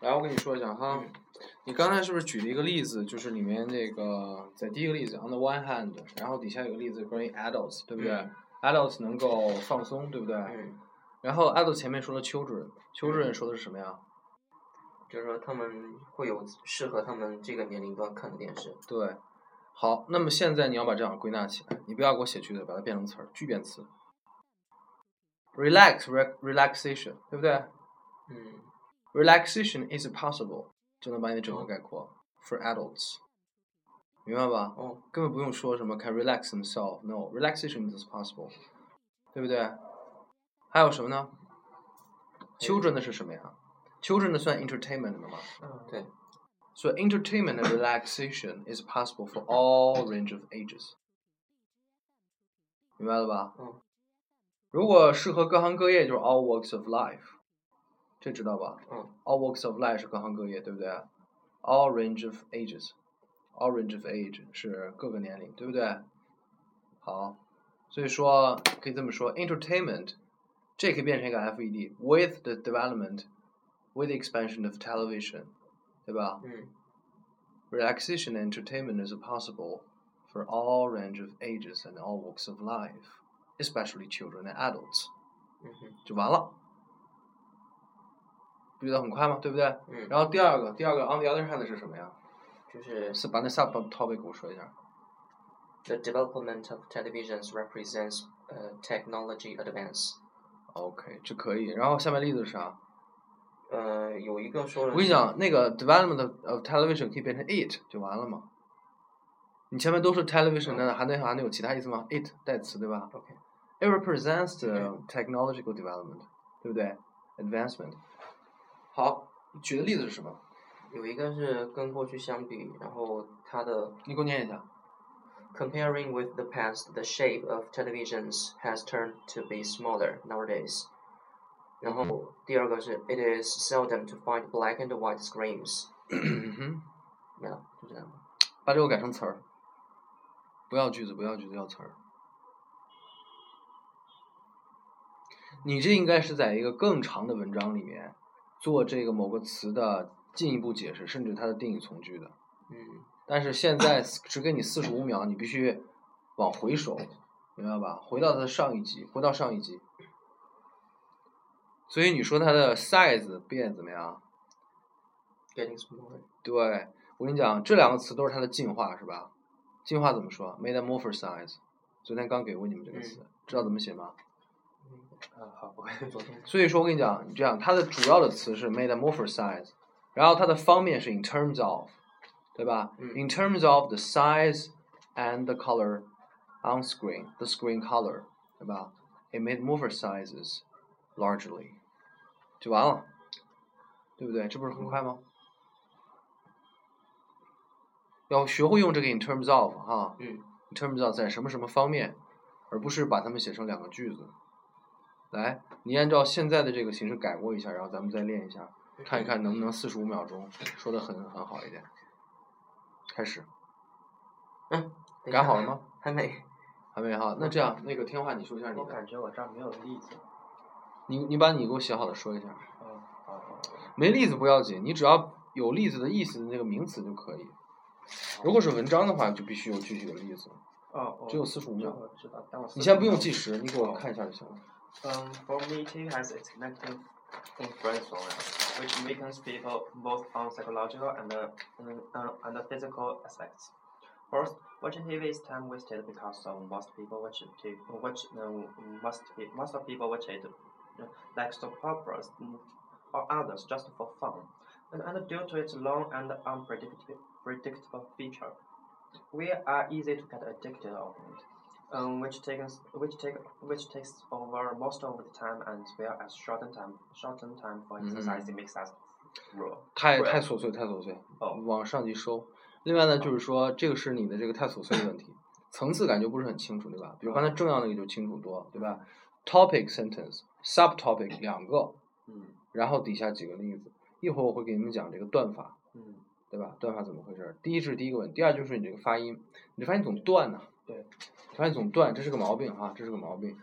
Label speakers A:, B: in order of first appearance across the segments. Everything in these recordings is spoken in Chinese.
A: 来，我跟你说一下哈，
B: 嗯
A: 你刚才是不是举了一个例子，就是里面那个在第一个例子 on the one hand，然后底下有个例子关于 adults，对不对、
B: 嗯
A: a d u l t s 能够放松，对不对？
B: 嗯，
A: 然后 adults 前面说了 children，children 说的是什么呀？
B: 就是说他们会有适合他们这个年龄段看的电视。
A: 对，好，那么现在你要把这两个归纳起来，你不要给我写句子，把它变成词儿，句变词。Relax, re relaxation，对不对
B: 嗯
A: ？Relaxation is possible，就能把你的整个概括。For adults，明白吧？
B: 哦，
A: 根本不用说什么 can relax themselves，no relaxation is possible，对不对？还有什么呢？Children 的是什么呀？Children 的算 entertainment 的吗？
B: 对，
A: So entertainment and relaxation is possible for all range of ages。明白了吧？
B: 嗯。
A: 如果适合各行各业，就是 all walks of life，这知道吧
B: 嗯
A: ？all walks of life 是各行各业，对不对？all range of ages，all range of age 是各个年龄，对不对？好，所以说可以这么说，entertainment 这也可以变成一个 FED with the development，with the expansion of television，对吧？
B: 嗯
A: Relaxation and entertainment is possible for all range of ages and all walks of life, especially children and adults.
B: 嗯哼
A: 就完了，不觉得很快吗？对不对？
B: 嗯，
A: 然后第二个，第二个 on the other hand 是什么呀？
B: 就是
A: 是把那 sub topic 给我说一下。
B: the development of televisions represents uh technology advance。
A: OK，这可以。然后下面例子是啥？
B: 呃，有一个说
A: 我
B: 了，
A: 跟你讲，那个 development of- of television 可以变成 it 就完了嘛。你前面都是 television，那还能还能有其他意思吗？it 代词对吧？
B: ，OK，
A: It represents the technological development，对不对？Advancement。好，举的例子是什么？
B: 有一个是跟过去相比，然后它的
A: 你给我念一下。
B: Comparing with the past, the shape of televisions has turned to be smaller nowadays. 然后第二个是 It is seldom to find black and white screens.
A: 嗯哼，
B: 没了，就这样。
A: 把这个改成词儿，不要句子，不要句子，要词儿。你这应该是在一个更长的文章里面做这个某个词的进一步解释，甚至它的定语从句的。但是现在只给你四十五秒，你必须往回首，明白吧？回到它的上一集，回到上一集。所以你说它的 size 变怎么样？
B: Getting smaller.
A: 对我跟你讲，这两个词都是它的进化，是吧？进化怎么说？metamorphosize。昨天刚给过你们这个词，知道怎么写吗？所以说我跟你讲，你这样，它的主要的词是 metamorphosize，然后它的方面是 in terms of，对吧、
B: 嗯
A: i n terms of the size and the color on screen, the screen color，对吧？It metamorphosizes largely，就完了，对不对？这不是很快吗？要学会用这个 in terms of 哈，in terms of 在什么什么方面，而不是把它们写成两个句子。来，你按照现在的这个形式改过一下，然后咱们再练一下，看一看能不能四十五秒钟说的很很好一点。开始，改好了吗？
B: 还没。
A: 还没哈？那这样，那个天化，你说一下你
C: 啊我
A: 的，
C: 感觉我这儿没有例子。
A: 你你把你给我写好的说一下。
C: 嗯，好好好
A: 没例子不要紧，你只要有例子的意思的那个名词就可以。如果是文章的话，就必须有具体的例子。
C: 哦，我
A: 只有45秒
C: 这我知道，但我
A: 你先不用
C: 记。
A: 计时，你给我看一下就行了。
C: Um, for me, TV has its negative influence on us, which weakens people both on psychological and the, and, uh, and the physical aspects. First, watching TV is time wasted because um, most people watch it. T- watch um, most pe- most of people watch it uh, like soap operas mm, or others just for fun, and, and due to its long and unpredictable predictable feature, we are easy to get addicted on it um, which takes which take which takes over most of the time and well as shorten time shorten time for
A: Mhm.
C: exercise makes us grow.
A: 太
C: 不然
A: 太琐碎，太琐碎
C: 哦，
A: 往上级收。另外呢，就是说这个是你的这个太琐碎的问题，层次感觉不是很清楚，对吧？比如刚才重要那个就清楚多，对吧？Topic sentence subtopic 两个，
C: 嗯
A: 然后底下几个例子，一会儿我会给你们讲这个断法，
C: 嗯，
A: 对吧？断法怎么回事儿？第一是第一个问题，第二就是你这个发音，你发音总断呐、
C: 对，
A: 发音总断，这是个毛病哈，这是个毛病。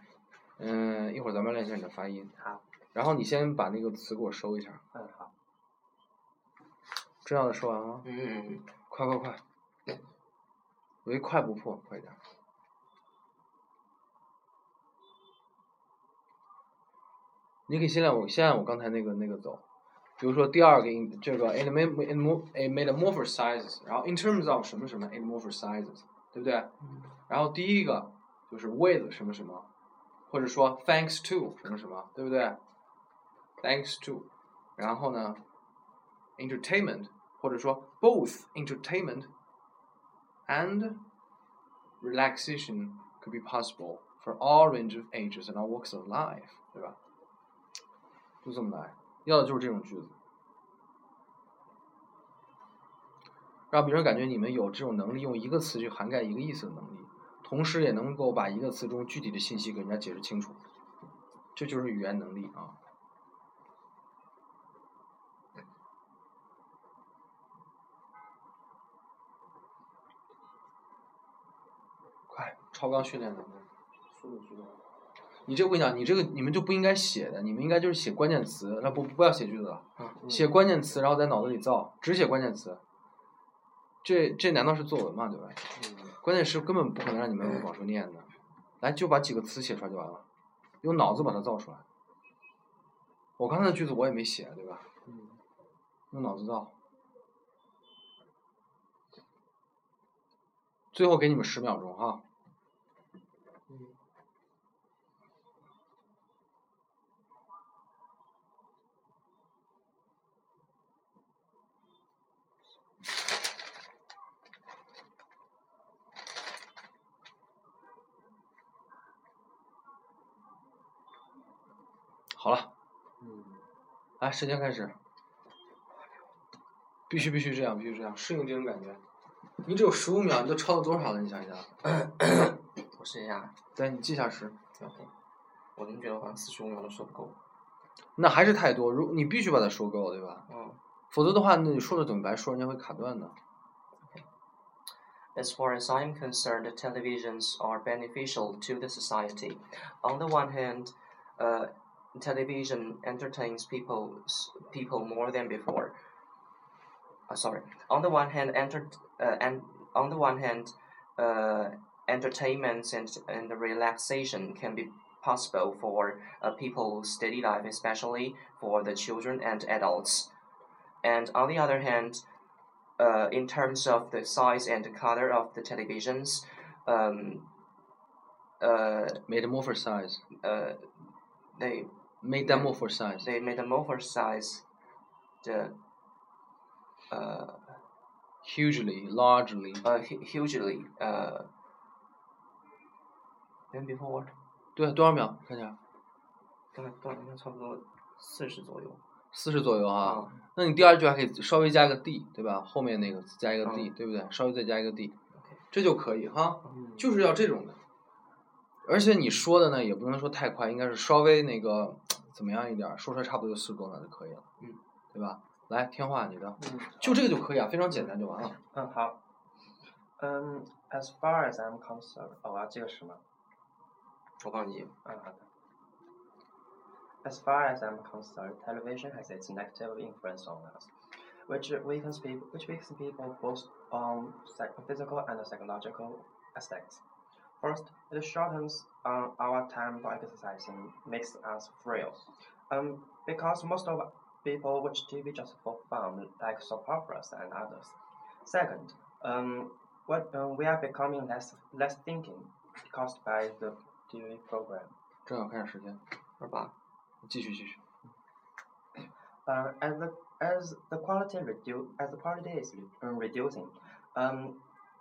A: 嗯，一会儿咱们练一下你的发音。
C: 好，
A: 然后你先把那个词给我收一下。
C: 嗯好，
A: 这样的说完啊了，
B: 嗯，
A: 快快快，唯快不破，快点儿。你可以先按我先按我刚才那个那个走，比如说第二个 in- 这个 in m in metamorphosizes，然后 in terms of 什么什么 in metamorphosizes，对不对？然后第一个就是 with 什么什么，或者说 thanks to 什么什么，对不对？thanks to，然后呢，entertainment 或者说 both entertainment and relaxation could be possible for all range of ages and all walks of life，对吧？就这么来，要的就是这种句子，让别人感觉你们有这种能力，用一个词去涵盖一个意思的能力，同时也能够把一个词中具体的信息给人家解释清楚，这就是语言能力啊。快，超纲训练能力，速度训练。你这我跟你讲，你这个你们就不应该写的，你们应该就是写关键词，那不不要写句子了，写关键词，然后在脑子里造，只写关键词。这这难道是作文吗？对吧？关键是根本不可能让你们往出念的，来就把几个词写出来就完了，用脑子把它造出来。我刚才的句子我也没写，对吧？
C: 嗯
A: 用脑子造。最后给你们十秒钟哈。
C: 嗯
A: 好了，
C: 嗯
A: 来啊时间开始。必须必须这样，必须这样，适应这种感觉。你只有十五秒，你都超了多少了？你想一想，
B: 我试一下
A: 对，你记下时。
B: ，OK，我怎么觉得我好像四十五秒都说不够？
A: 那还是太多，如你必须把它说够，对吧？
B: 嗯。
A: 否则的话，那你说了等于白说，人家会卡断的。
B: As far as I'm concerned, televisions are beneficial to the society. On the one hand, uh, television entertains people people more than before. Uh, sorry. On the one hand, enter uh, and on the one hand, uh, entertainments and and relaxation can be possible for uh, people's daily life, especially for the children and adults. And on the other hand, uh, in terms of the size and the color of the televisions, um, uh,
A: Metamorphosize,
B: uh, they
A: metamorphosize,
B: they metamorphosize the uh,
A: hugely, largely,
B: uh, hu- hugely uh, than before.
A: 对，多少秒？看一下，四十左右啊。
B: Oh,
A: 那你第二句还可以稍微加个 d，对吧？后面那个加一个 d，、
B: 嗯
A: 对不对？稍微再加一个 d，这就可以哈。
C: 嗯
A: 就是要这种的。而且你说的呢，也不能说太快，应该是稍微那个怎么样一点儿，说出来差不多就四十多秒就可以了，
B: 嗯，
A: 对吧？来，天化你的，
C: 嗯
A: 就这个就可以啊，非常简单就完了。
C: 嗯好，嗯，as far as I'm concerned，哦，我要这个是吗？嗯好的。As far as I'm concerned, television has its negative influence on us, which weakens people, which weakens people both on psych- physical and psychological aspects. First, it shortens uh, our time for exercising, makes us frail. Um, because most of people watch TV just for fun, like soap operas and others. Second, um, what um, we are becoming less less thinking, caused by the TV program.
A: 正好看下时间，继续继续。
C: Uh, as the as the quality redu- as the quality is re- um, reducing, um,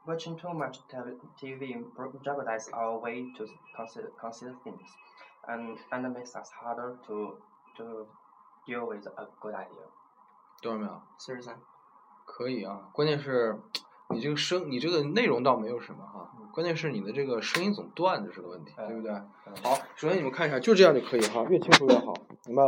C: watching too much tel- TV bro- jeopardizes our way to consider consider things, and and makes us harder to to deal with a good idea.
A: 多少秒？可以啊，关键是你这个声，你这个内容倒没有什么哈，关键是你的这个声音总断，这是个问题，对不对？好，首先你们看一下，就这样就可以哈，越清楚越好，明白了。